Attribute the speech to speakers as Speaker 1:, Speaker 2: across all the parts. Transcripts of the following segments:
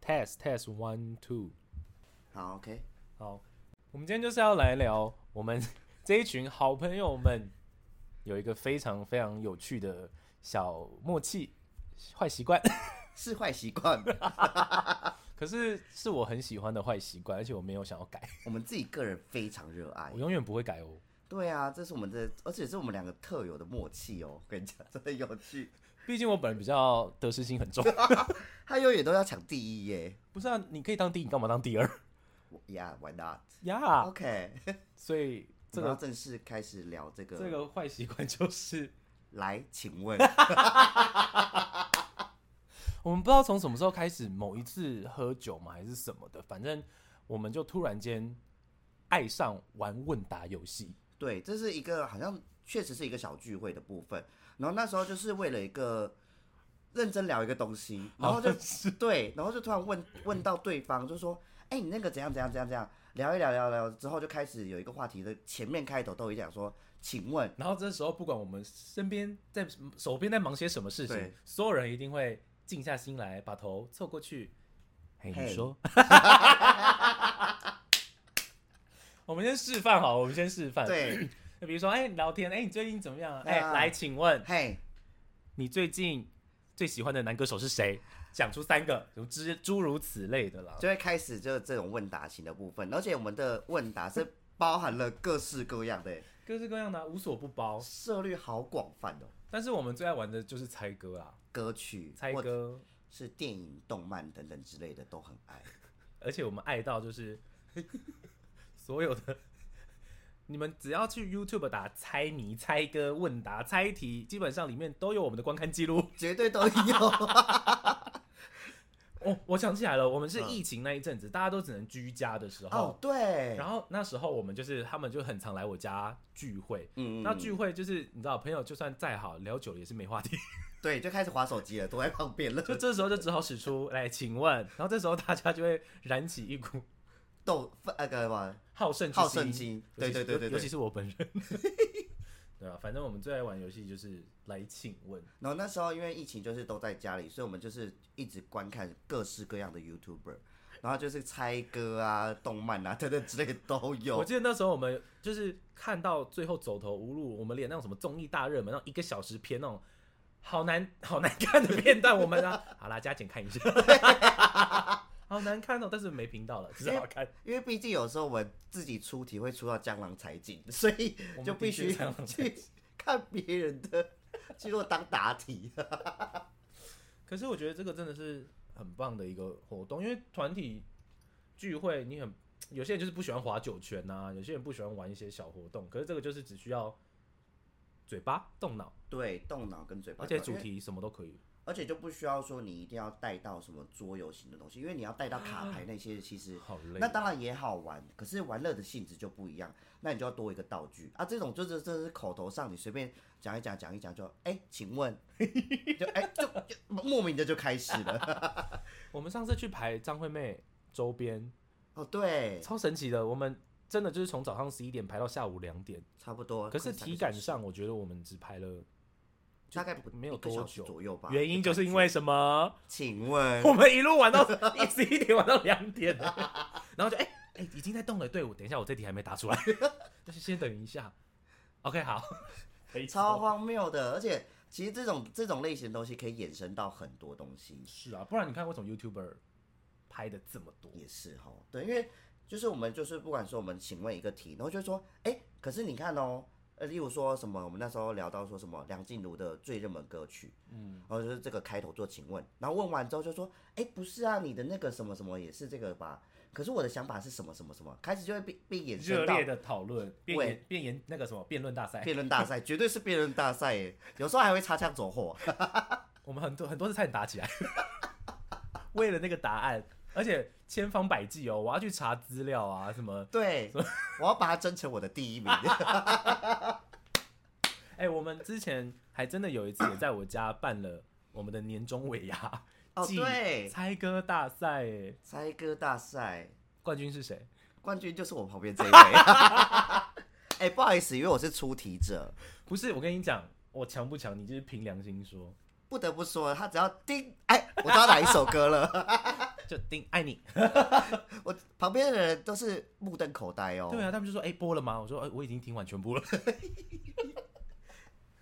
Speaker 1: test test one two。
Speaker 2: 好，OK，
Speaker 1: 好，我们今天就是要来聊我们 这一群好朋友们有一个非常非常有趣的小默契坏习惯，
Speaker 2: 是坏习惯，
Speaker 1: 可是是我很喜欢的坏习惯，而且我没有想要改，
Speaker 2: 我们自己个人非常热爱
Speaker 1: 我。永远不会改哦。
Speaker 2: 对啊，这是我们的，而且是我们两个特有的默契哦。我跟你讲，真的有趣，
Speaker 1: 毕竟我本人比较得失心很重。
Speaker 2: 他永远都要抢第一耶。
Speaker 1: 不是啊，你可以当第一，你干嘛当第二
Speaker 2: 我 Yeah，why not？OK，、
Speaker 1: 呀 所以啊这
Speaker 2: 我们要
Speaker 1: 个
Speaker 2: 正式开始聊这个。
Speaker 1: 这个坏习惯就是，
Speaker 2: 来，请问，
Speaker 1: 我们不知道从什么时候开始，某一次喝酒嘛，还是什么的，反正我们就突然间爱上玩问答游戏。
Speaker 2: 对，这是一个好像确实是一个小聚会的部分。然后那时候就是为了一个认真聊一个东西，然哦后就对，然后就突然问问到对方，就说：“哎、你那个怎样怎样怎样怎样？”聊一聊聊一聊之后，就开始有一个话题的前面开头都已讲说：“请 问
Speaker 1: 然后这时候，不管我们身边在手边在忙些什么事情
Speaker 2: 对，
Speaker 1: 所有人一定会静下心来，把头凑过去。嘿，你
Speaker 2: 嘿
Speaker 1: 说。 我们先示范好了，我们先示范。，
Speaker 2: 对，
Speaker 1: 就 比如说，哎、你聊天，哎、你最近怎么样啊？
Speaker 2: 啊
Speaker 1: 哎、来，请问
Speaker 2: 嘿，
Speaker 1: 你最近最喜欢的男歌手是谁？讲出三个，如之诸如此类的啦。
Speaker 2: 就会开始就是这种问答型的部分，而且我们的问答是包含了各式各样的，
Speaker 1: 各式各样的啊、无所不包。
Speaker 2: 涉猎好广泛哦。
Speaker 1: 但是我们最爱玩的就是猜歌啦，
Speaker 2: 歌曲、
Speaker 1: 猜
Speaker 2: 或
Speaker 1: 歌，
Speaker 2: 是电影、动漫等等之类的都很爱。
Speaker 1: 而且我们爱到就是 所有的， 你们只要去 YouTube 打猜谜、猜歌、问答、猜题，基本上里面都有我们的观看记录。
Speaker 2: 绝对都 有。
Speaker 1: 哦， 我想起来了，我们是
Speaker 2: 嗯
Speaker 1: 疫情那一阵子，大家都只能居家的时候
Speaker 2: 哦，，对，
Speaker 1: 然后那时候我们就是他们就很常来我家聚会，
Speaker 2: 嗯
Speaker 1: 那聚会就是你知道，朋友就算再好聊久了也是没话题，
Speaker 2: 对，就开始划手机了，躲在旁边了，
Speaker 1: 就这时候就只好使出来，请问，然后这时候大家就会燃起一股
Speaker 2: 斗呃那个什么
Speaker 1: 好胜之
Speaker 2: 好
Speaker 1: 心，
Speaker 2: 胜心，
Speaker 1: 尤
Speaker 2: 对
Speaker 1: 其
Speaker 2: 对
Speaker 1: 是
Speaker 2: 对对
Speaker 1: 尤其
Speaker 2: 对。
Speaker 1: 是我本人， 对啊，反正我们最爱玩游戏就是来请问，
Speaker 2: 然后那时候因为疫情就是都在家里，所以我们就是一直观看各式各样的 YouTuber，然后就是猜歌啊、动漫啊等等之类的都
Speaker 1: 我
Speaker 2: 有。
Speaker 1: 记得那时候我们就是看到最后走投无路，我们连那种什么综艺大热门那种一个小时片那种。好难 好难看的片段，我们 啊，好啦，加减看一下，好难看哦，但是没频道了，只是好看。
Speaker 2: 因为毕竟有时候我自己出题会出到江郎才尽，所以
Speaker 1: 我们
Speaker 2: 就必须
Speaker 1: 的确常常
Speaker 2: 去看别人的记录当答题。
Speaker 1: 可是我觉得这个真的是很棒的一个活动，因为团体聚会，你很有些人就是不喜欢划酒圈呐、有些人不喜欢玩一些小活动，可是这个就是只需要嘴巴动脑，
Speaker 2: 对，动脑跟嘴巴
Speaker 1: 而
Speaker 2: 动，
Speaker 1: 且主
Speaker 2: 因为
Speaker 1: 题什么都可以。
Speaker 2: 而且就不需要说你一定要带到什么桌游型的东西，因为你要带到卡牌那些，其实
Speaker 1: 好累
Speaker 2: 那，当然也好玩，可是玩乐的性质就不一样，那你就要多一个道具啊。这种就是这是口头上你随便讲一讲讲一讲就哎、请问 就哎、就就莫名的就开始 了。
Speaker 1: 我们上次去排张惠妹周边，
Speaker 2: 哦，对，
Speaker 1: 超神奇的，我们真的就是从早上十一点排到下午两点，
Speaker 2: 差不多。
Speaker 1: 可是
Speaker 2: 快三个
Speaker 1: 体感
Speaker 2: 小时
Speaker 1: 上我觉得我们只排了。
Speaker 2: 大概不
Speaker 1: 没有
Speaker 2: 一个
Speaker 1: 多
Speaker 2: 小时
Speaker 1: 久
Speaker 2: 左右吧。
Speaker 1: 原因就是因为什么？
Speaker 2: 请 问
Speaker 1: 我们一路玩到一十一点，玩到两点了，然后就哎哎、已经在动了。对，我等一下，我这题还没答出来，但是先等一下。OK，好，没
Speaker 2: 超
Speaker 1: 错，
Speaker 2: 荒谬的，而且其实这种这种类型的东西可以衍生到很多东西。
Speaker 1: 是啊，不然你看为什么 YouTuber 拍的这么多？
Speaker 2: 也是哈，对，因为就是我们就是不管说我们请问一个题，然后就说，哎、可是你看哦，呃，例如说什么，我们那时候聊到说什么梁静茹的最热门歌曲，嗯，然后就是这个开头做请问，然后问完之后就说，哎、不是啊，你的那个什么什么也是这个吧？可是我的想法是什么什么什么，开始就会被被衍
Speaker 1: 热
Speaker 2: 生到
Speaker 1: 烈的讨论，辩
Speaker 2: 喂
Speaker 1: 言辩言那个什么辩论大赛，
Speaker 2: 辩论大赛，绝对是辩论大赛耶，有时候还会擦枪走火，
Speaker 1: 我们很多很多次差点打起 来，为了那个答案，而且千方百计哦，我要去查资料啊，什么
Speaker 2: 对，我要把它争成我的第一名，
Speaker 1: 哎、我们之前还真的有一次也在我家办了我们的年终尾牙
Speaker 2: 哦
Speaker 1: 暨
Speaker 2: 对
Speaker 1: 猜歌大赛，哎，
Speaker 2: 猜歌大赛。
Speaker 1: 冠军是谁？
Speaker 2: 冠军就是我旁边这一位。 哎、不好意思，因为我是出题者，
Speaker 1: 不是，我跟你讲，我强不强，你就是凭良心说。
Speaker 2: 不得不说，他只要叮，哎，我知道哪一首歌了，
Speaker 1: 就叮爱你。
Speaker 2: 我旁边的人都是目瞪口呆哦。
Speaker 1: 对啊，他们就说哎、播了吗？我说哎、我已经听完全部了。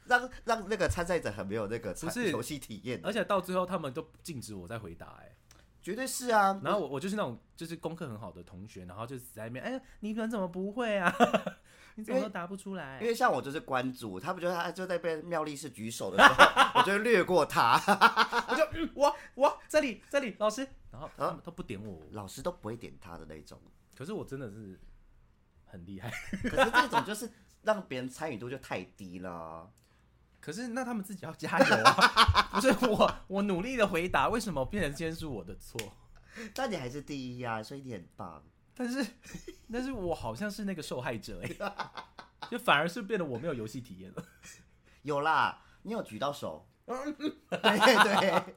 Speaker 2: 让让那个参赛者很没有那个参
Speaker 1: 是
Speaker 2: 游戏体验，
Speaker 1: 而且到最后他们都禁止我再回答哎、
Speaker 2: 绝对是啊。
Speaker 1: 然后我我就是那种就是功课很好的同学，然后就死在那边哎、你们怎么不会啊？ 你怎么都答不出来
Speaker 2: 因？为像我就是关主，他不就他就在被妙力士举手的时 候，我就会略过他，
Speaker 1: 我就嗯我我这里这里老师，然后
Speaker 2: 啊
Speaker 1: 他们都不点我，
Speaker 2: 老师都不会点他的那种。
Speaker 1: 可是我真的是很厉害。
Speaker 2: 可是这种就是让别人参与度就太低了。
Speaker 1: 可是那他们自己要加油啊！ 不是我我努力的回答，为什么变成今天是我的错？
Speaker 2: 但你还是第一啊呀、所以你很棒。
Speaker 1: 但是 但是我好像是那个受害者哎、 就反而是变得我没有游戏体验了。
Speaker 2: 有啦，你有举到手。
Speaker 1: 嗯
Speaker 2: 对对，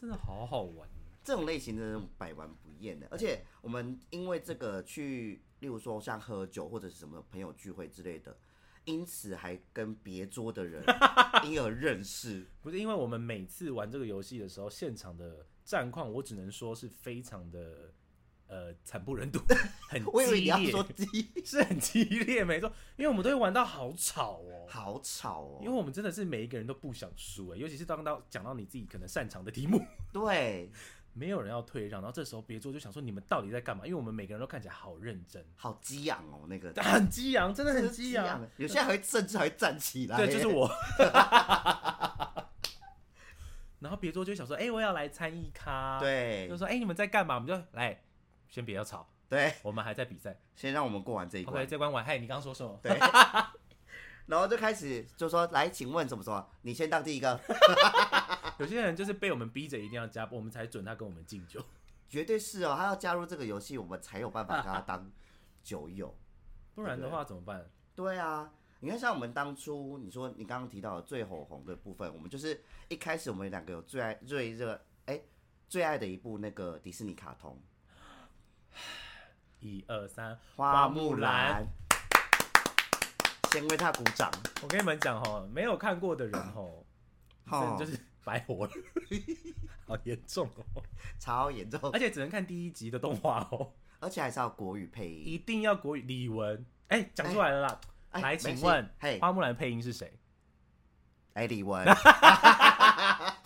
Speaker 1: 真的好好玩，
Speaker 2: 这种类型真的是百玩不厌的。而且我们因为这个去，例如说像喝酒或者是什么朋友聚会之类的，因此还跟别桌 的人因而认识。
Speaker 1: 不是因为我们每次玩这个游戏的时候，现场的战况，我只能说是非常的呃惨不 忍睹，很
Speaker 2: 我以为
Speaker 1: 激
Speaker 2: 你要
Speaker 1: 烈
Speaker 2: 说，鸡，
Speaker 1: 是很激烈，没错，因为我们都会玩到好吵哦。
Speaker 2: 好吵哦、
Speaker 1: 因为我们真的是每一个人都不想输哎，尤其是当到讲到你自己可能擅长的题目，
Speaker 2: 对，
Speaker 1: 没有人要退让，然后这时候别桌就想说你们到底在干嘛？因为我们每个人都看起来好认真，
Speaker 2: 好激昂哦、那个
Speaker 1: 很激昂，真的
Speaker 2: 真
Speaker 1: 很
Speaker 2: 的
Speaker 1: 激昂。，
Speaker 2: 有些还会甚至还会站起来。
Speaker 1: 对，就是我。 然后别桌就想说，哎、我要来参一咖，，
Speaker 2: 对
Speaker 1: 就说，哎、你们在干嘛？我们就来，先别要吵，
Speaker 2: 对，
Speaker 1: 我们还在比赛。
Speaker 2: 先让我们过完这一关
Speaker 1: OK，。这关完，嗨，你刚刚说什 么？
Speaker 2: 对，然后就开始就说来，请问怎么说？你先当第一个，
Speaker 1: 有些人就是被我们逼着一定要加，我们才准他跟我们敬 酒。
Speaker 2: 绝对是哦，他要加入这个游戏，我们才有办法跟他当酒 友。
Speaker 1: 不然的话怎么办？
Speaker 2: 对啊，你看像我们当初你说你刚刚提到的最火红的部分，我们就是一开始我们两个有最爱最热哎最爱的一部那个迪士尼卡通
Speaker 1: 一二三，
Speaker 2: 《
Speaker 1: 花
Speaker 2: 花
Speaker 1: 木
Speaker 2: 木
Speaker 1: 兰
Speaker 2: 兰》，先为他鼓 掌。
Speaker 1: 我跟你们讲哦，没有看过的人哦，真的
Speaker 2: 好，
Speaker 1: 就是白活了， 好严重哦！
Speaker 2: 超严重，
Speaker 1: 而且只能看第一集的动画哦，
Speaker 2: 而且还是要国语配音。
Speaker 1: 一定要国语。李玟，哎、讲出来了啦。
Speaker 2: 哎
Speaker 1: 来，
Speaker 2: 没
Speaker 1: 请
Speaker 2: 事
Speaker 1: 问
Speaker 2: 嘿，
Speaker 1: 花木兰配音是谁？
Speaker 2: 哎，李玟，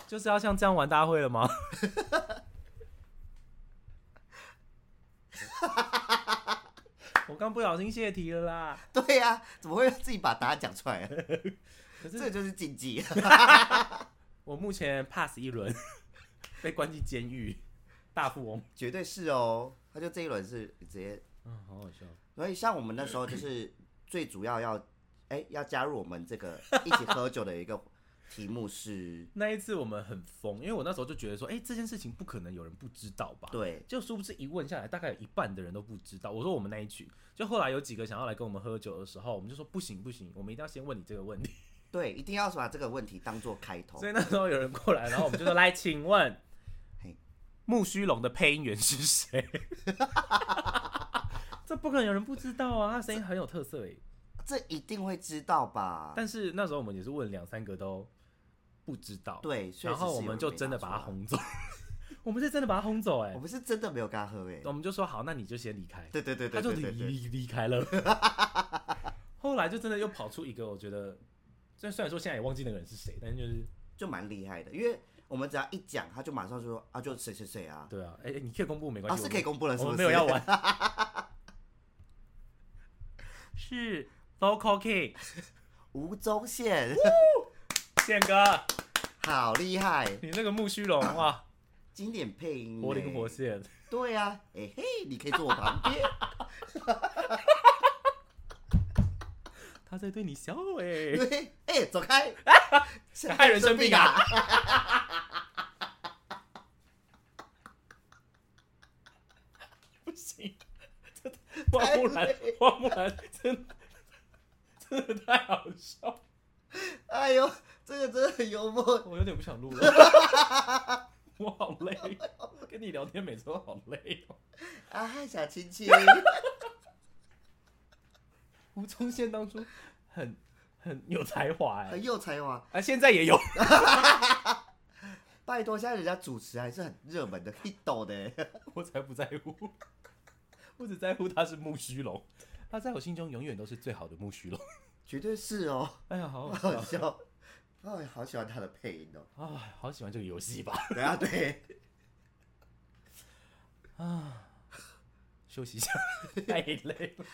Speaker 1: 就是要像这样玩大会了吗？ 我刚不小心泄题了啦。
Speaker 2: 对呀、怎么会自己把答案讲 出来、啊？
Speaker 1: 可
Speaker 2: 这
Speaker 1: 是
Speaker 2: 就是禁忌。
Speaker 1: 我目前 pass 一轮， 被关进监狱，大富翁。
Speaker 2: 绝对是哦。他就这一轮是直接，
Speaker 1: 嗯，好好笑。
Speaker 2: 所以像我们那时候就是最主要要，哎、要加入我们 这个一起喝酒的一个题目是，
Speaker 1: 那一次我们很疯，因为我那时候就觉得说，哎、这件事情不可能有人不知道吧？
Speaker 2: 对，
Speaker 1: 就殊不知一问下来，大概有一半的人都不知道。我说我们那一群，就后来有几个想要来跟我们喝酒的时候，我们就说不行不行，我们一定要先问你这个问题。
Speaker 2: 对，一定要把这个问题当做开头
Speaker 1: 所。以那时候有人过来，然后我们就说：“来，请问
Speaker 2: 嘿
Speaker 1: 木须龙的配音员是谁？” 这不可能有人不知道啊，他声音很有特色哎。
Speaker 2: 这一定会知道吧？
Speaker 1: 但是那时候我们也是问两三个都不知道，，
Speaker 2: 对，确实
Speaker 1: 然后
Speaker 2: 是
Speaker 1: 我
Speaker 2: 有
Speaker 1: 们
Speaker 2: 人
Speaker 1: 就
Speaker 2: 没
Speaker 1: 真的
Speaker 2: 答
Speaker 1: 把他
Speaker 2: 出来，
Speaker 1: 轰走， 我们是真的把他轰走哎
Speaker 2: 我，们是真的没有跟他喝诶、
Speaker 1: 我们就说好，那你就先离开，
Speaker 2: 对对对
Speaker 1: 他
Speaker 2: 对
Speaker 1: 就
Speaker 2: 对
Speaker 1: 离
Speaker 2: 对对，
Speaker 1: 离离开 了。后来就真的又跑出一个，我觉得，虽虽然说现在也忘记那个人是谁，但是就是
Speaker 2: 就蛮厉害的，因为我们只要一讲，他就马上就说啊，就谁谁谁啊，
Speaker 1: 对啊，哎、哎你可以公布没关
Speaker 2: 啊
Speaker 1: 系，
Speaker 2: 是
Speaker 1: 我
Speaker 2: 可以公布了，是
Speaker 1: 我
Speaker 2: 不
Speaker 1: 们哦
Speaker 2: 是？
Speaker 1: 没有要玩，是 Local King
Speaker 2: 吴宗宪，
Speaker 1: 宪哥，
Speaker 2: 好厉害，
Speaker 1: 你那个木须龙哇，
Speaker 2: 经典配音、欸，
Speaker 1: 活灵活。现，
Speaker 2: 对呀、啊，哎、嘿，你可以坐我旁边。
Speaker 1: 他在对你笑哎、
Speaker 2: 对，哎、走开，
Speaker 1: 害人生病啊！ 不行，这花木兰，
Speaker 2: 哎
Speaker 1: 花木兰真的真的太好笑了，
Speaker 2: 哎呦，这个真的很幽默。
Speaker 1: 我有点不想录了， 我好累，跟你聊天每次都好累、哦。
Speaker 2: 啊，嗨，小亲 亲，
Speaker 1: 吴宗宪当初很很有才华哎、
Speaker 2: 很有才华。
Speaker 1: 啊，现在也有。
Speaker 2: 拜托，现在人家主持还是很热门的，可以抖的欸。
Speaker 1: 我才不在乎，我只在乎他是木须龙，他在我心中永远都是最好的木须龙。
Speaker 2: 绝对是哦，
Speaker 1: 哎呀，好
Speaker 2: 好笑。哎，好喜欢他的配音哦。
Speaker 1: 啊，好喜欢这个游戏吧？
Speaker 2: 对啊，对，
Speaker 1: 啊 休息一下， 太累了，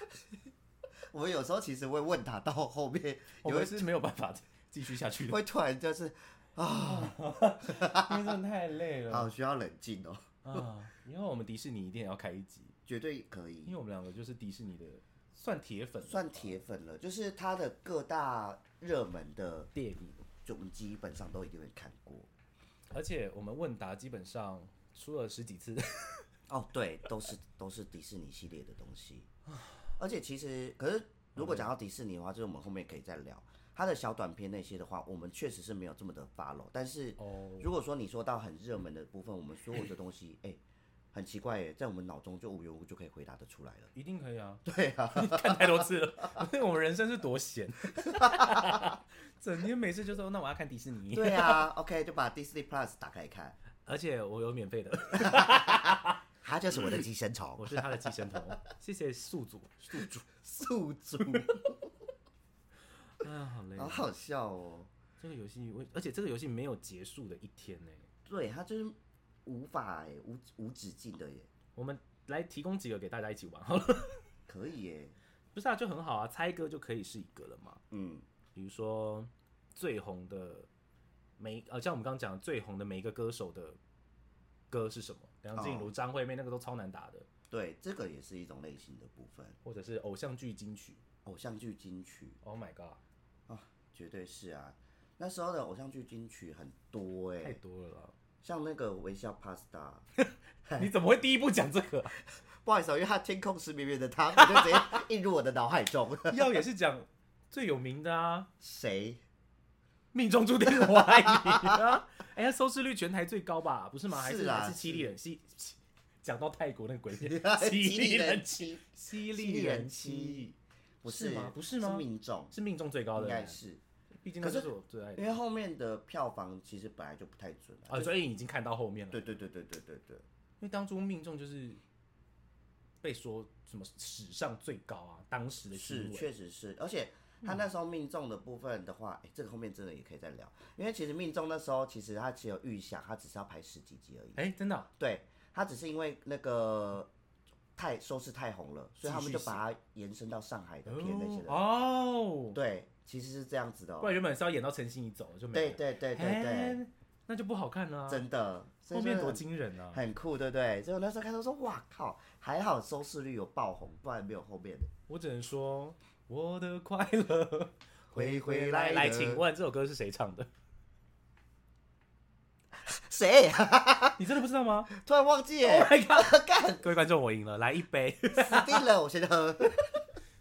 Speaker 2: 我有时候其实会问他，到后面
Speaker 1: 我
Speaker 2: 有
Speaker 1: 们
Speaker 2: 会
Speaker 1: 是没 有办法继续下去的，
Speaker 2: 会突然就是
Speaker 1: 因为真的太累了
Speaker 2: 好需要冷静哦，
Speaker 1: 啊！以后我们迪士尼一定也要开一集，
Speaker 2: 绝对可以
Speaker 1: 因。为我们两个就是迪士尼的算铁粉了，
Speaker 2: 算铁粉了，就是他的各大热门的，
Speaker 1: 电影。
Speaker 2: 就我们基本上都一定会看过。
Speaker 1: 而且我们问答基本上出了十几次，
Speaker 2: 哦，对，都是都是迪士尼系列的东西。而且其实，可是如果讲到迪士尼的话，就是我们后面可以再聊它的小短片那些的话，我们确实是没有这么的 follow。但是
Speaker 1: 哦，
Speaker 2: 如果说你说到很热门的部分，我们所有的东西，哎、很奇怪耶，在我们脑中就无缘无故就可以回答得出来了。
Speaker 1: 一定可以啊！
Speaker 2: 对啊，
Speaker 1: 看太多次了，因为我们人生是多闲， 整天每次就说那我要看迪士尼，
Speaker 2: 对啊，OK，就把 Disney Plus 打开看，
Speaker 1: 而且我有免费的，
Speaker 2: 它就是我的寄生虫
Speaker 1: 我，是他的寄生虫， 谢谢宿主宿主。
Speaker 2: 宿主，
Speaker 1: 哎呀，好累
Speaker 2: 好
Speaker 1: 哦，
Speaker 2: 好笑哦。
Speaker 1: 这个游戏我，而且这个游戏没有结束的一天呢。
Speaker 2: 对，它就是无法哎，无无止境的耶，
Speaker 1: 我们来提供几个给大家一起玩好了，
Speaker 2: 可以耶，
Speaker 1: 不是啊，就很好啊，猜歌就可以是一个了嘛。
Speaker 2: 嗯。
Speaker 1: 比如说最红的每呃，像我们刚刚讲的最红的每一个歌手的歌是什么？梁静茹、
Speaker 2: 哦
Speaker 1: 张惠妹那个都超难打的，
Speaker 2: 对，这个也是一种类型的部分。
Speaker 1: 或者是偶像剧金曲。
Speaker 2: 偶像剧金曲
Speaker 1: Oh my god，
Speaker 2: 绝对是啊，那时候的偶像剧金曲很多哎、
Speaker 1: 太多了啦！
Speaker 2: 像那个微笑 Pasta，
Speaker 1: 你怎么会第一步讲这个啊、
Speaker 2: 不好意思哦，因为他天空是绵绵的他，我就直 接映入我的脑海中。
Speaker 1: 要也是讲最有名的啊，
Speaker 2: 谁？
Speaker 1: 命中注定我爱你 啊！哎呀，收视率全台最高吧？不是吗？还
Speaker 2: 是啊，
Speaker 1: 还是七里人西？西讲到泰国那个鬼片 犀利人妻，
Speaker 2: 妻
Speaker 1: 犀
Speaker 2: 犀利
Speaker 1: 利
Speaker 2: 人
Speaker 1: 人
Speaker 2: 妻
Speaker 1: 妻
Speaker 2: 不
Speaker 1: 是吗不是
Speaker 2: 是
Speaker 1: 吗
Speaker 2: 是命中，
Speaker 1: 是命中最高
Speaker 2: 应该
Speaker 1: 的，啊
Speaker 2: 是，
Speaker 1: 毕竟
Speaker 2: 可
Speaker 1: 那
Speaker 2: 是
Speaker 1: 就是我最爱的
Speaker 2: 因。为后面的票房其实本来就不太准啊。
Speaker 1: 啊，所以你已经看到后面了。
Speaker 2: 对对对对对对对，
Speaker 1: 因为当初命中就是被说什么史上最高啊，当时的新
Speaker 2: 是，
Speaker 1: 闻嗯
Speaker 2: 确实是，而且他那时候命中的部分的话，哎、这个后面真的也可以再聊，因为其实命中那时候其实他只有预想，他只是要拍十几集而已，
Speaker 1: 哎、真的啊、
Speaker 2: 对他只是因为那个太收视太红了，所以他们就把它延伸到上海的片那些人，
Speaker 1: 哦，
Speaker 2: 对，其实是这样子的、
Speaker 1: 不
Speaker 2: 哦，
Speaker 1: 然原本是要演到陈星怡走了就没
Speaker 2: 对
Speaker 1: 了。
Speaker 2: 对对对对，
Speaker 1: 哎那就不好看了、啊。
Speaker 2: 真的，所以
Speaker 1: 后面
Speaker 2: 就
Speaker 1: 多
Speaker 2: 很
Speaker 1: 惊人啊！
Speaker 2: 很酷，对不对？所以我那时候看到说，哇靠，还好收视率有爆红，不然没有后面的。
Speaker 1: 我只能说，我的快乐
Speaker 2: 回回
Speaker 1: 来
Speaker 2: 来了
Speaker 1: 来，请问这首歌是谁唱的？
Speaker 2: 谁、
Speaker 1: 啊你真的不知道吗
Speaker 2: 突然忘记、
Speaker 1: ？Oh
Speaker 2: 欸，
Speaker 1: my god！
Speaker 2: 干
Speaker 1: 各位观众，我赢了，来一杯，
Speaker 2: 死定了！我觉得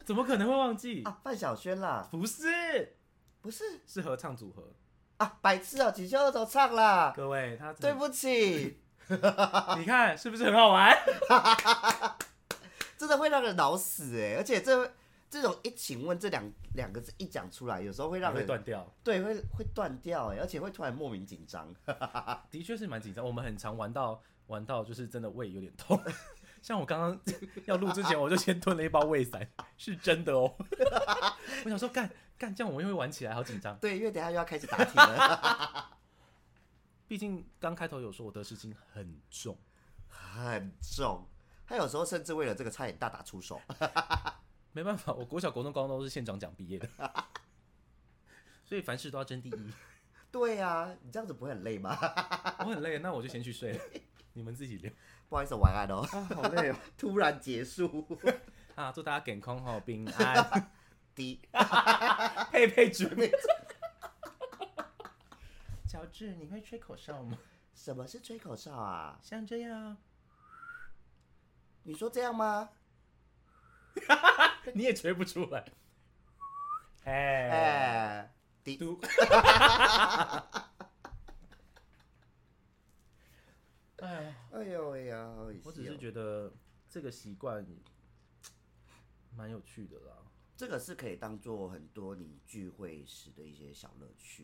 Speaker 1: 怎么可能会忘记？
Speaker 2: 啊，范晓萱啦，
Speaker 1: 不是，
Speaker 2: 不是
Speaker 1: 是合唱组合。
Speaker 2: 啊，白痴哦、锦绣二重唱啦，
Speaker 1: 各位，他
Speaker 2: 对不起，
Speaker 1: 你看是不是很好玩？
Speaker 2: 真的会让人脑死哎、而且这这种一请问这两两个字一讲出来，有时候会让
Speaker 1: 会
Speaker 2: 人
Speaker 1: 断掉。
Speaker 2: 对会会断掉哎、而且会突然莫名紧张，
Speaker 1: 的确是蛮紧张，我们很常玩到玩到就是真的胃有点痛， 像我刚刚 要录之前，我就先吞了一包胃散， 是真的哦。 我想说干干这样我又会玩起来，好紧张。
Speaker 2: 对，因为等一下又要开始答题了
Speaker 1: 毕竟刚开头有说我得失心很重，
Speaker 2: 很重。他有时候甚至为了这个差点大打出手，
Speaker 1: 没办法，我国小、国中、高中都是县长奖毕业的， 所以凡事都要争第一。
Speaker 2: 对啊，你这样子不会很累吗？
Speaker 1: 我很累，那我就先去睡了，你们自己聊
Speaker 2: 不好意思，晚安哦。
Speaker 1: 啊，好累哦
Speaker 2: 突然结束，
Speaker 1: 啊！祝大家健康好平安，
Speaker 2: 滴，
Speaker 1: 佩佩准备。 乔治，你会吹口哨吗？
Speaker 2: 什么是吹口哨啊？
Speaker 1: 像这样，
Speaker 2: 你说这样吗？
Speaker 1: 你也吹不出来。
Speaker 2: 哎、
Speaker 1: 哎、
Speaker 2: 滴。
Speaker 1: 嘟。 哎呀，
Speaker 2: 哎呦喂呀！好恶心哦
Speaker 1: 我只是觉得这个习惯蛮有趣的啦。
Speaker 2: 这个是可以当做很多你聚会时的一些小乐趣，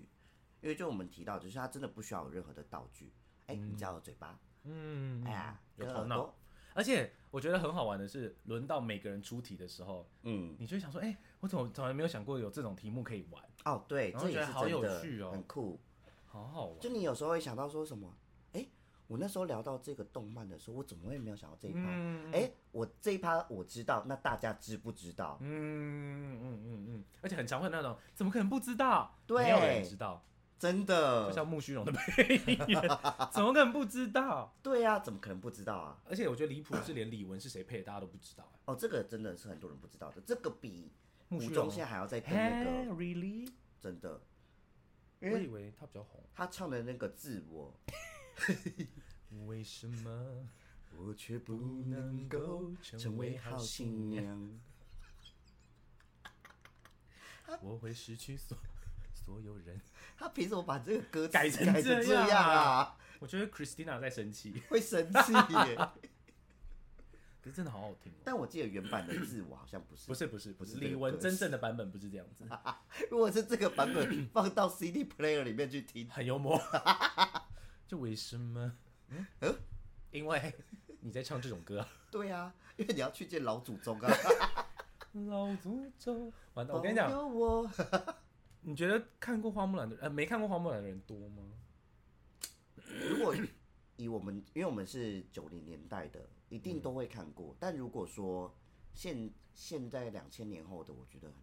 Speaker 2: 因因为就我们提到，就是他真的不需要有任何的道具，哎、你只要有嘴巴，
Speaker 1: 嗯，
Speaker 2: 哎呀，
Speaker 1: 有
Speaker 2: 跟
Speaker 1: 头
Speaker 2: 耳
Speaker 1: 脑
Speaker 2: 朵，
Speaker 1: 而且我觉得很好玩的是，轮到每个人出题的时候，
Speaker 2: 嗯，
Speaker 1: 你就会想说，哎、我怎么从来没有想过有这种题目可以玩，
Speaker 2: 哦，对，
Speaker 1: 然后
Speaker 2: 这
Speaker 1: 觉
Speaker 2: 也
Speaker 1: 得
Speaker 2: 是
Speaker 1: 好有
Speaker 2: 真的，
Speaker 1: 趣哦
Speaker 2: 很酷。
Speaker 1: 好好玩。
Speaker 2: 就你有时候会想到说什么，哎、我那时候聊到这个动漫的时候，我怎么会没有想到这一趴？
Speaker 1: 嗯
Speaker 2: 哎、我这一趴我知道，那大家知不知道？
Speaker 1: 嗯嗯嗯嗯嗯，而且很常会那种，怎么可能不知道？
Speaker 2: 对
Speaker 1: 没有人知道，
Speaker 2: 真
Speaker 1: 就
Speaker 2: 的，
Speaker 1: 像木须龙的配音员，怎么可能不知道？
Speaker 2: 对呀、怎么可能不知道啊？
Speaker 1: 而且我觉得离谱的是，连李玟是谁配的，大家都不知道、哎
Speaker 2: 哦，这个真的是很多人不知道的，这个比
Speaker 1: 木
Speaker 2: 吴
Speaker 1: 须
Speaker 2: 宗
Speaker 1: 龙
Speaker 2: 宪还要再更那
Speaker 1: 哎
Speaker 2: 个，
Speaker 1: ，really？
Speaker 2: 真的，
Speaker 1: 我
Speaker 2: 因为
Speaker 1: 以为他比较红。
Speaker 2: 他唱的那个自我，
Speaker 1: 为什么
Speaker 2: 我却不
Speaker 1: 不能
Speaker 2: 能够
Speaker 1: 够
Speaker 2: 成
Speaker 1: 成
Speaker 2: 为
Speaker 1: 为
Speaker 2: 好
Speaker 1: 好
Speaker 2: 新
Speaker 1: 新娘？
Speaker 2: 娘。
Speaker 1: 我会失去所所有人。
Speaker 2: 他凭什么把这个歌词
Speaker 1: 改成
Speaker 2: 成
Speaker 1: 这
Speaker 2: 这
Speaker 1: 样
Speaker 2: 样啊？
Speaker 1: 我觉得 Christina 在生气，
Speaker 2: 会生气耶！
Speaker 1: 可是真的好好听哦。
Speaker 2: 但我记得原版的自我好像不是，
Speaker 1: 不是不是不
Speaker 2: 不
Speaker 1: 是，
Speaker 2: 是这个
Speaker 1: 李玟
Speaker 2: 歌
Speaker 1: 真
Speaker 2: 词
Speaker 1: 正的版本不是这样子，
Speaker 2: 如果是这个版本放到 CD player 里面去听，
Speaker 1: 很幽默。 就为什么？嗯
Speaker 2: 嗯，
Speaker 1: 因为你在唱这种歌啊。
Speaker 2: 对啊，因为你要去见老祖宗啊。
Speaker 1: 老祖宗，完 蛋！我跟你讲，
Speaker 2: 保佑我
Speaker 1: 你觉得看过花木兰的呃没看过花木兰的人多吗？
Speaker 2: 如果以我们，因为我们是九零年代的，一定都会看过。但如果说现现在两千年后的，我觉得很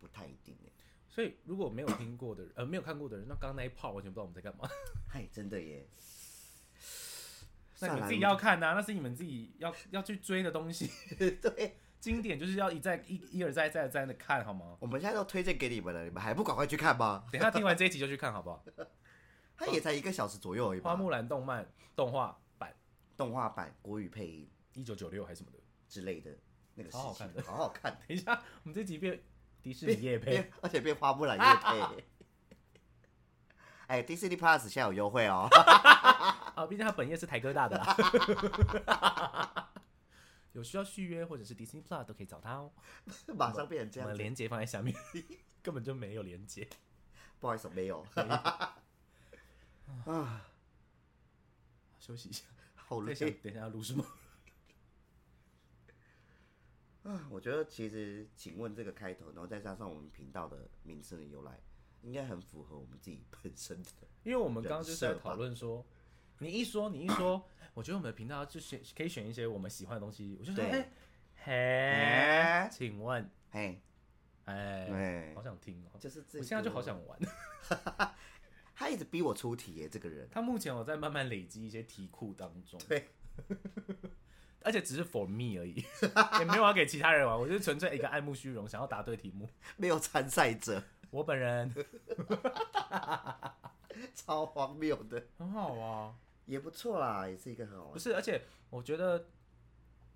Speaker 2: 不太一定耶
Speaker 1: 所以如果没有听过的人，呃没有看过的人，那刚刚那一 part 完全不知道我们在干嘛。
Speaker 2: 嗨，真的耶。
Speaker 1: 那
Speaker 2: 算
Speaker 1: 你
Speaker 2: 了
Speaker 1: 们自己要看呐、啊那是你们自己要要去追的东西。
Speaker 2: 对，
Speaker 1: 经典就是要一再一一而再再而三的看，好吗？
Speaker 2: 我们现在都推荐给你们了，你们还不赶快去看吗？
Speaker 1: 等一下听完这一集就去看，好不好？
Speaker 2: 它也才一个小时左右而已
Speaker 1: 花
Speaker 2: 吧。
Speaker 1: 木兰动漫动画版
Speaker 2: 动画版国语配音
Speaker 1: 一九九六还是什么的。
Speaker 2: 之类的那个事
Speaker 1: 超好
Speaker 2: 情
Speaker 1: 看的，
Speaker 2: 好好看。
Speaker 1: 等一下，我们这集变迪士尼夜配，
Speaker 2: 变而且变花木 兰乐配。哎，Disney Plus 现在有优惠 哦。
Speaker 1: 啊，毕竟它本业是台哥大的啦。有需要续约或者是 Disney Plus 都可以找他哦。
Speaker 2: 马上变成这
Speaker 1: 我
Speaker 2: 样
Speaker 1: 们
Speaker 2: 子，
Speaker 1: 连接放在下面， 根本就没有连接。
Speaker 2: 不好意思，没有啊，
Speaker 1: 休息一下，
Speaker 2: 好
Speaker 1: 我
Speaker 2: 累
Speaker 1: 在想等一下要录什么。
Speaker 2: 啊！我觉得其实，请问这个开头，然后再加上我们频道的名称的由来，应该很符合我们自己本身的。
Speaker 1: 因为我们刚刚就是在
Speaker 2: 人设吧
Speaker 1: 讨论说，你一说你一说，我觉得我们的频道就选可以选一些我们喜欢的东西，我就说
Speaker 2: 对
Speaker 1: 哎，嘿，
Speaker 2: 哎
Speaker 1: 请问，
Speaker 2: 哎
Speaker 1: 哎，
Speaker 2: 哎
Speaker 1: 好，想听哦，
Speaker 2: 就是这
Speaker 1: 我
Speaker 2: 个。
Speaker 1: 现在就好，想玩。
Speaker 2: 他一直逼我出题耶，这个人。
Speaker 1: 他目前我在慢慢累积一些题库当中，
Speaker 2: 对，
Speaker 1: 而且只是 for me 而已， 也没有要给其他人玩，我就是纯粹一个爱慕虚荣，想要答对题目。
Speaker 2: 没有参赛者，
Speaker 1: 我本人
Speaker 2: 超荒谬的，
Speaker 1: 很好啊，
Speaker 2: 也不错啦，也是一个很好
Speaker 1: 不
Speaker 2: 玩。
Speaker 1: 是，而且我觉得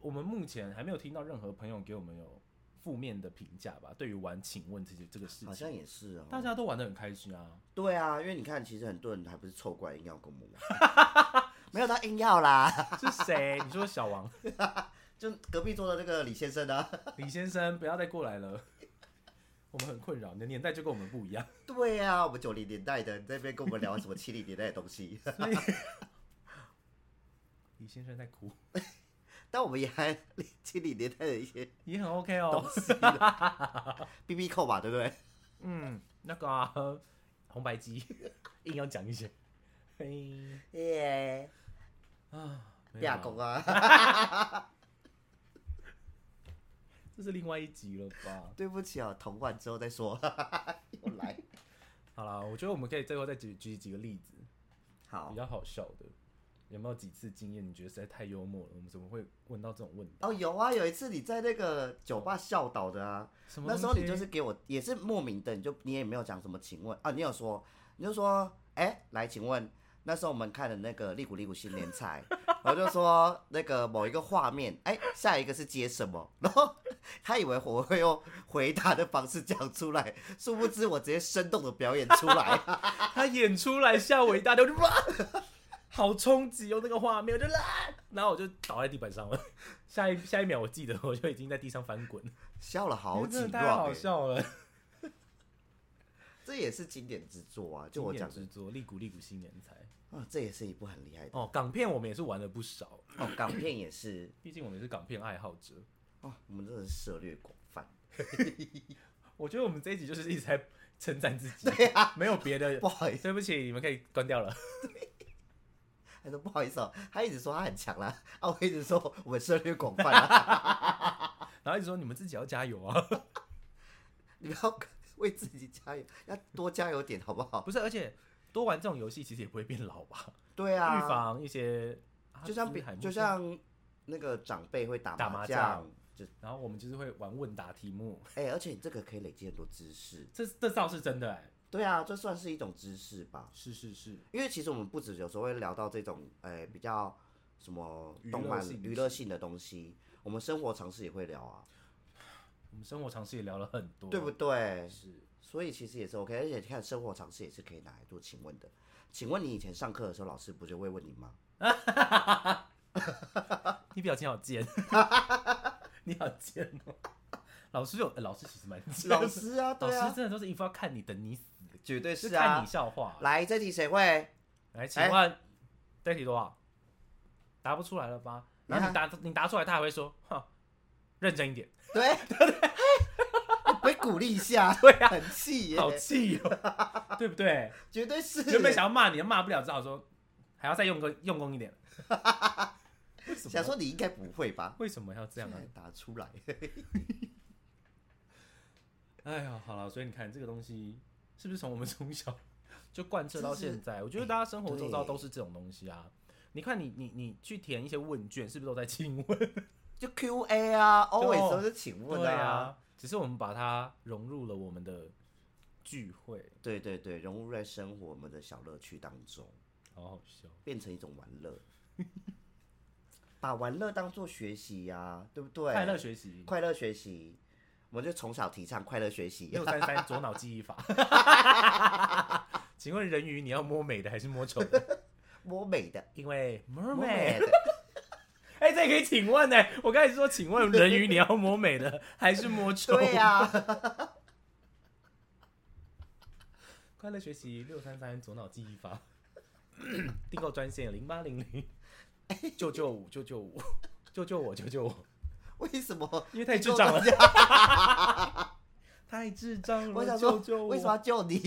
Speaker 1: 我们目前还没有听到任何朋友给我们有负面的评价吧，对于玩请问这些这个事
Speaker 2: 好
Speaker 1: 情，
Speaker 2: 像也是哦。
Speaker 1: 大家都玩的很开心啊，
Speaker 2: 对啊，因为你看，其实很多人还不是凑过来硬要跟我们玩， 没有他硬要啦，
Speaker 1: 是谁？你说小王
Speaker 2: 就隔壁桌的那个李先生啊。
Speaker 1: 李先生不要再过来了，我们很困扰，你的年代就跟我们不一样，
Speaker 2: 对啊，我们九零年代的，你在那边跟我们聊什么七零年代的东西，
Speaker 1: 所以 李先生在哭。
Speaker 2: 但我们也还七零年代的一些
Speaker 1: 也很 OK 哦。
Speaker 2: B B 扣吧，对不对？
Speaker 1: 嗯，那个、啊、红白机 硬要讲一些，嘿
Speaker 2: 耶，
Speaker 1: 啊，没有
Speaker 2: 亚
Speaker 1: 啊
Speaker 2: 公啊，
Speaker 1: 这是另外一集了吧？
Speaker 2: 对不起啊，同完之后再说，又来。
Speaker 1: 好啦，我觉得我们可以最后再举举几个例子，
Speaker 2: 好
Speaker 1: 比，较好笑的。有没有几次经验你觉得实在太幽默了？我们怎么会问到这种问题？
Speaker 2: 哦，有啊，有一次你在那个酒吧笑倒的啊，
Speaker 1: 什么
Speaker 2: 那
Speaker 1: 东西？
Speaker 2: 时候你就是给我也是莫名的，你就你也没有讲什么，请问啊，你有说你就说，哎、来，请问那时候我们看的那个《利古利古新 年菜》，我就说那个某一个画面，哎、下一个是接什么？ 然后他以为我会用回答的方式讲出来，殊不知我直接生动的表演出 来，
Speaker 1: 他演出来吓我一大跳，我就 哇，好冲击哦！那个画面，我就啦，然后我就倒在地板上了。 下一下一秒，我记得我就已经在地上翻滚，
Speaker 2: 笑了好
Speaker 1: 真
Speaker 2: 几欸
Speaker 1: 的
Speaker 2: 段、
Speaker 1: 太好
Speaker 2: 欸，
Speaker 1: 笑了。
Speaker 2: 这也是经典之作啊！就我
Speaker 1: 经典
Speaker 2: 讲
Speaker 1: 之作，利古利古新年才
Speaker 2: 啊，这也是一部很厉害的
Speaker 1: 哦，港片我们也是玩了不少，
Speaker 2: 哦，港片也是
Speaker 1: 毕竟我们也是港片爱好者。
Speaker 2: 哦，我们真的是涉猎广泛，
Speaker 1: 我觉得我们这一集就是一直在称赞自 己，对啊，没有别的。
Speaker 2: 不好意思，
Speaker 1: 对不起，你们可以关掉了。
Speaker 2: 他说不好意思哦，他一直说他很强啦，啊，我一直说我们涉猎广泛啊，
Speaker 1: 然后一直说你们自己要加油啊，
Speaker 2: 你不要为自己加油，要多加油点好不好？
Speaker 1: 不是，而且多玩这种游戏其实也不会变老吧？
Speaker 2: 对
Speaker 1: 预、
Speaker 2: 啊，
Speaker 1: 防一些，啊
Speaker 2: 就像
Speaker 1: 是不
Speaker 2: 比
Speaker 1: 是海默
Speaker 2: 就
Speaker 1: 症
Speaker 2: 像那个长辈会打
Speaker 1: 打
Speaker 2: 麻
Speaker 1: 麻
Speaker 2: 将
Speaker 1: 将，然后我们就是会玩问答题目，
Speaker 2: 哎、而且你这个可以累积很多知识。
Speaker 1: 这这倒是真的哎、
Speaker 2: 对啊，这算是一种知识吧。
Speaker 1: 是是是，
Speaker 2: 因为其实我们不止有时候会聊到这种，呃，比较什么
Speaker 1: 娱
Speaker 2: 动
Speaker 1: 乐
Speaker 2: 漫
Speaker 1: 性
Speaker 2: 娱乐性的东西，我们生活常识也会聊啊，
Speaker 1: 我们生活常识也聊了很多，
Speaker 2: 对不对？
Speaker 1: 是
Speaker 2: 所以其实也是 OK，而且你看生活常识也是可以拿来做请问的。请问你以前上课的时候，老师不就会问你 吗？
Speaker 1: 你表情好 贱，你好贱哦、老师有、呃老师其实蛮贱的
Speaker 2: 老师啊，
Speaker 1: 老
Speaker 2: 对
Speaker 1: 师
Speaker 2: 啊，
Speaker 1: 真的都是一副要看你等你死，
Speaker 2: 绝对
Speaker 1: 就是看
Speaker 2: 啊
Speaker 1: 你。笑话。
Speaker 2: 来，这题谁会？
Speaker 1: 来，请问这题多少？答不出来了吧？
Speaker 2: 你看
Speaker 1: 然后你答你答出来，他还会说：“哼，认真一点。
Speaker 2: 对 对对，不会鼓励一下，
Speaker 1: 对啊
Speaker 2: 很气”
Speaker 1: 好
Speaker 2: 耶，
Speaker 1: 气哦，对不对？
Speaker 2: 绝对是。
Speaker 1: 原本想要骂你，骂不了，只好说还要再用功用功一 点。为什么？
Speaker 2: 想说你应该不会吧？
Speaker 1: 为什么要这样啊
Speaker 2: 竟？然答出来，
Speaker 1: 哎呀，好了，所以你看这个东西是不是从我们从小 就贯彻到现在？我觉得大家生活周遭都是这种东西
Speaker 2: 哎
Speaker 1: 啊。你看你你你去填一些问卷，是不是都在亲 问？
Speaker 2: 就 Q A 啊，always
Speaker 1: 哦
Speaker 2: 都是请问
Speaker 1: 对
Speaker 2: 啊。
Speaker 1: 啊，只是我们把它融入了我们的聚会，
Speaker 2: 对对对，融入在生活我们的小乐趣当中，
Speaker 1: 好好笑。
Speaker 2: 变成一种玩 乐，把玩乐当做学习呀、对不对？
Speaker 1: 快乐学 习
Speaker 2: 快乐学习，我们就从小提倡快乐学习。
Speaker 1: 六三三左脑记忆法。 请问人鱼你要摸美的还是摸丑的？
Speaker 2: 摸美的，
Speaker 1: 因为
Speaker 2: 摸
Speaker 1: mermaid
Speaker 2: 美。的，
Speaker 1: 哎、这也可以请问呢、我刚才说，请问人鱼你要摸美的还是摸丑？
Speaker 2: 对啊呀、
Speaker 1: 快乐学习六三三左脑记忆法， 订购专线零八零零
Speaker 2: 哎
Speaker 1: 九九五九九五救救我救救我，
Speaker 2: 为什么？
Speaker 1: 因为太智障了， 太智障了，
Speaker 2: 我想
Speaker 1: 救
Speaker 2: 说
Speaker 1: 救，我！
Speaker 2: 为什么要救 你？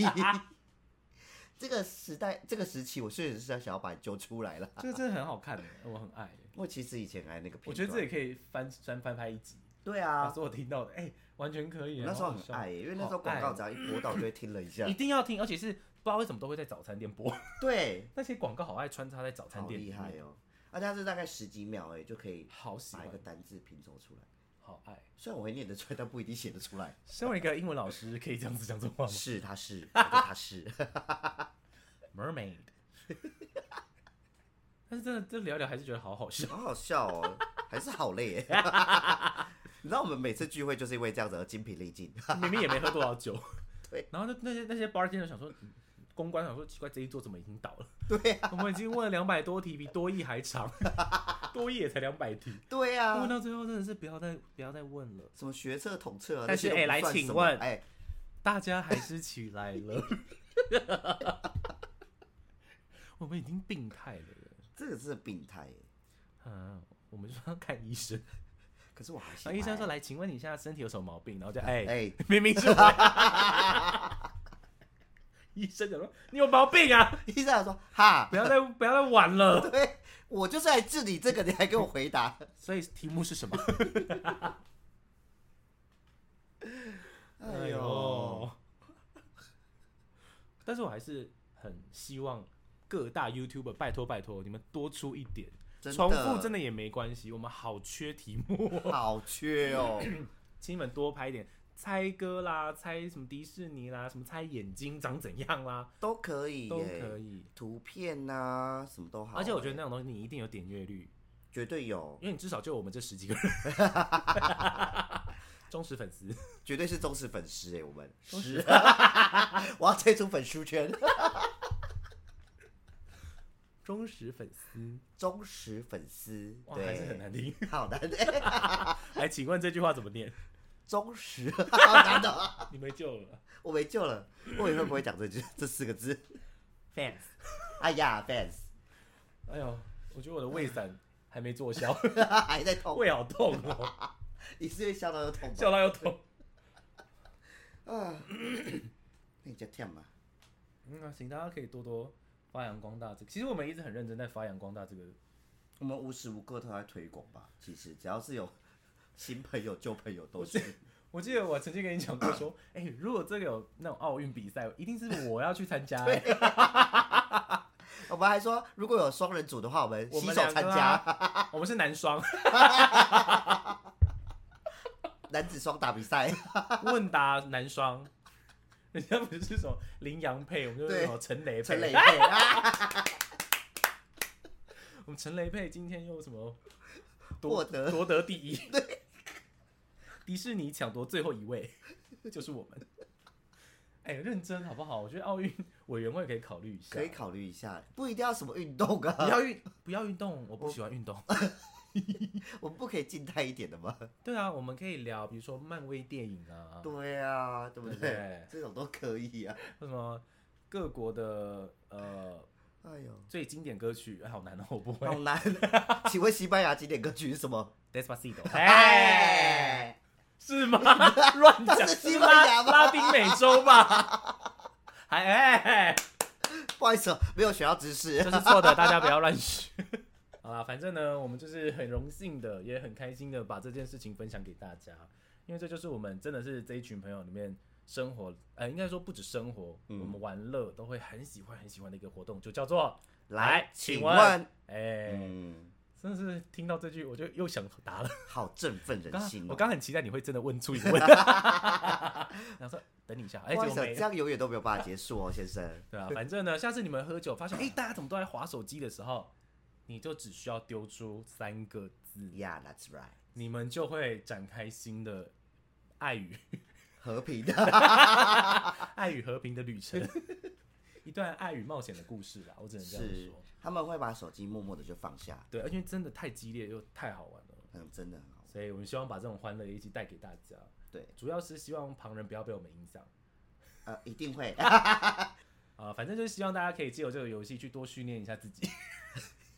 Speaker 2: 这个时代，这个时期，我确实是想要把你救出来了。
Speaker 1: 这个真的很好看，欸我很爱。
Speaker 2: 我其实以前还那个片段，
Speaker 1: 我觉得这也可以翻翻翻拍一集，
Speaker 2: 对
Speaker 1: 把
Speaker 2: 啊，
Speaker 1: 所有听到的，哎、完全可以。
Speaker 2: 我那时候
Speaker 1: 好好
Speaker 2: 很
Speaker 1: 笑
Speaker 2: 爱耶，因为那时候广告只要一播到，就会听了一下
Speaker 1: 一。定要听，而且是不知道为什么都会在早餐店播，
Speaker 2: 对，
Speaker 1: 那些广告好爱穿插在早 餐
Speaker 2: 好
Speaker 1: 店里
Speaker 2: 厉
Speaker 1: 面，
Speaker 2: 害哦！而且它是大概十几秒哎，就可以
Speaker 1: 好喜
Speaker 2: 把
Speaker 1: 欢
Speaker 2: 一个，单字拼凑出来。
Speaker 1: 好爱。
Speaker 2: 虽然我会念得出来，但不一定写得出 来。
Speaker 1: 身为一个英文老师，可以这样子讲这种 话吗
Speaker 2: 是，它是，我觉得它是。
Speaker 1: ？Mermaid。但是真的，这聊一聊还是觉得好好笑。
Speaker 2: 好好 笑哦，还是好累耶。你知道我们每次聚会就是因为这样子而精疲力尽。
Speaker 1: 明明也没喝多少酒，
Speaker 2: 对。
Speaker 1: 然后就那些那些 bartender 想说，嗯公关想说奇怪，这一桌怎么已经倒了？
Speaker 2: 对啊，
Speaker 1: 我们已经问了两百多题，比多益还长， 多益也才两百题。
Speaker 2: 对
Speaker 1: 问
Speaker 2: 啊，
Speaker 1: 到最后真的是不要再不要再问了，
Speaker 2: 什么学测统测啊，
Speaker 1: 但是
Speaker 2: 那些都
Speaker 1: 哎
Speaker 2: 不算
Speaker 1: 来请
Speaker 2: 什么
Speaker 1: 问
Speaker 2: 哎，
Speaker 1: 大家还是起来 了。我们已经病态了耶，
Speaker 2: 这个真的病态耶。
Speaker 1: 啊，我们就要看医生。
Speaker 2: 可是我好
Speaker 1: 然
Speaker 2: 喜 欢。
Speaker 1: 啊后医生说：“，来，请问你现在身体有什么毛病？”然后就哎，
Speaker 2: 哎，
Speaker 1: 明明是我。 医生讲说：“你有毛病啊！
Speaker 2: 医生还说哈
Speaker 1: 不，要再不要再玩了。
Speaker 2: 对我就是来治理这个，你还给我回答。”
Speaker 1: 所以题目是什 么？
Speaker 2: 哎呦，！
Speaker 1: 但是我还是很希望各大 YouTuber 拜托拜托，你们多出一点，
Speaker 2: 真的
Speaker 1: 重复真的也没关系，我们好缺题目 哦，
Speaker 2: 好缺哦。
Speaker 1: 请你们多拍一点猜歌啦，猜什么迪士尼啦，什么猜眼睛长怎样啦，
Speaker 2: 都可以耶，
Speaker 1: 都可以。
Speaker 2: 图片呐、什么都好。
Speaker 1: 而且我觉得那种东西你一定有点阅率，
Speaker 2: 绝对有，
Speaker 1: 因为你至少就我们这十几个人，忠实粉丝，
Speaker 2: 绝对是忠实粉丝哎，我们
Speaker 1: 忠
Speaker 2: 是， 我要退出粉丝圈，
Speaker 1: 忠实粉丝，
Speaker 2: 忠实粉丝，
Speaker 1: 哇，
Speaker 2: 对，
Speaker 1: 还是很难听。哎
Speaker 2: 好难，欸
Speaker 1: 来，请问这句话怎么念？
Speaker 2: 忠实， 好难的，
Speaker 1: 你没救了。
Speaker 2: 我没救了。我以后不会讲这句 这四个字。
Speaker 3: fans，
Speaker 2: 哎呀，fans
Speaker 1: 哎呦，我觉得我的胃散还没做 消，
Speaker 2: 还在痛，
Speaker 1: 胃好痛哦，
Speaker 2: 你是因为笑到又痛吗？
Speaker 1: 笑到要痛。
Speaker 2: 啊， 那你就舔嘛。
Speaker 1: 嗯啊，请大家可以多多发扬光大这个。其实我们一直很认真在发扬光大这个。
Speaker 2: 我们无时无刻都在推广吧。其实只要是有新朋友、旧朋友都是。
Speaker 1: 我记得我曾经跟你讲过说，哎、如果这个有那种奥运比赛，一定是我要去参加、
Speaker 2: 我们还说，如果有双人组的话，我们
Speaker 1: 我
Speaker 2: 洗
Speaker 1: 们
Speaker 2: 手
Speaker 1: 两
Speaker 2: 参
Speaker 1: 个
Speaker 2: 加
Speaker 1: 啊， 我们是男双
Speaker 2: 男子双打比赛。
Speaker 1: 问答男双， 人家不是什么羚羊配，我们就是
Speaker 2: 对
Speaker 1: 什么陈雷配。
Speaker 2: 陈磊配啊，
Speaker 1: 我们陈雷配今天又什么
Speaker 2: 获
Speaker 1: 夺
Speaker 2: 得
Speaker 1: 夺得第 一，迪士尼抢夺最后一位， 就是我们。哎、认真好不好？我觉得奥运委员会可以考虑一下，
Speaker 2: 可以考虑一下，不一定要什么运动
Speaker 1: 不
Speaker 2: 啊，
Speaker 1: 要运不要运动，我不喜欢运动。
Speaker 2: 我们不可以静态一点的吗？
Speaker 1: 对啊，我们可以聊，比如说漫威电影啊，
Speaker 2: 对啊，对不
Speaker 1: 对不
Speaker 2: 对
Speaker 1: 对？
Speaker 2: 这种都可以啊。
Speaker 1: 或什么各国的呃
Speaker 2: 哎呦，
Speaker 1: 最经典歌曲，哎好难哦，我不会。
Speaker 2: 好 难。请问西班牙经典歌曲是什么？
Speaker 1: Despacito，哎，
Speaker 2: 哎，
Speaker 1: 是吗？乱讲，
Speaker 2: 是西班牙
Speaker 1: 是拉拉丁美洲吧？ 还哎，
Speaker 2: 不好意思哦，没有学到知识
Speaker 1: 这。是错的，大家不要乱学。 好啦，反正呢，我们就是很荣幸的，也很开心的把这件事情分享给大家，因为这就是我们真的是这一群朋友里面生活，呃，应该说不止生活，
Speaker 2: 嗯
Speaker 1: 我们玩乐都会很喜欢很喜欢的一个活动，就叫做
Speaker 2: 来
Speaker 1: 来，
Speaker 2: 请
Speaker 1: 请
Speaker 2: 问
Speaker 1: 问，哎，
Speaker 2: 嗯，
Speaker 1: 真的是听到这句我就又想答了。
Speaker 2: 好振奋
Speaker 1: 刚刚
Speaker 2: 人心
Speaker 1: 我
Speaker 2: 哦。
Speaker 1: 刚很期待你会真的问出一个问 题，然后说等你一下，哎，
Speaker 2: 不好
Speaker 1: 结果
Speaker 2: 意思哦，
Speaker 1: 没
Speaker 2: 这。样永远都没有办法结束哦，先生。
Speaker 1: 对啊，反正呢，下次你们喝酒发现，哎、大家怎么都在划手机的时候，你就只需要丢出三个字，
Speaker 2: Yeah, that's right。
Speaker 1: 你们就会展开新的爱与
Speaker 2: 和平的，啊
Speaker 1: 爱与和平的旅 程，一段爱与冒险的故事啦。我只能 这样
Speaker 2: 是
Speaker 1: 说。
Speaker 2: 他们会把手机默默的就放下，
Speaker 1: 对，而且真的太激烈又太好玩了，
Speaker 2: 嗯，真的很好。
Speaker 1: 所以我们希望把这种欢乐一起带给大家。
Speaker 2: 对，
Speaker 1: 主要是希望旁人不要被我们影响。
Speaker 2: 呃，一定会。
Speaker 1: 啊、反正就是希望大家可以借由这个游戏去多训练一下自己。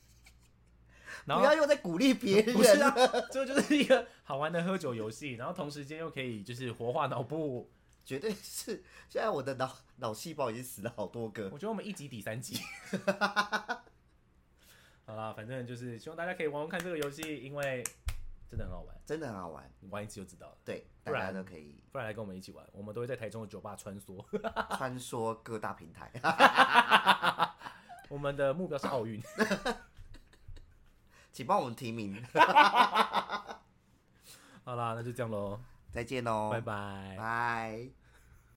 Speaker 1: 然
Speaker 2: 不
Speaker 1: 后
Speaker 2: 要又在鼓励别
Speaker 1: 不是
Speaker 2: 人
Speaker 1: 啊
Speaker 2: 了。，
Speaker 1: 这就是一个好玩的喝酒游戏，然后同时间又可以就是活化脑部。
Speaker 2: 绝对是。现在我的脑脑细胞已经死了好多个
Speaker 1: 我。觉得我们一集抵三集。好啦，反正就是希望大家可以玩玩看这个游戏，因为真的很好玩，
Speaker 2: 真的很好玩，
Speaker 1: 你玩一次就知道了。
Speaker 2: 对，
Speaker 1: 不
Speaker 2: 大
Speaker 1: 然
Speaker 2: 家都可以
Speaker 1: 不然来跟我们一起玩，我们都会在台中的酒吧穿梭。
Speaker 2: 穿梭各大平台。
Speaker 1: 我们的目标是奥运。
Speaker 2: 请帮我们提名，
Speaker 1: 好啦，那就这样喽，
Speaker 2: 再见哦，
Speaker 1: 拜拜。
Speaker 2: 拜。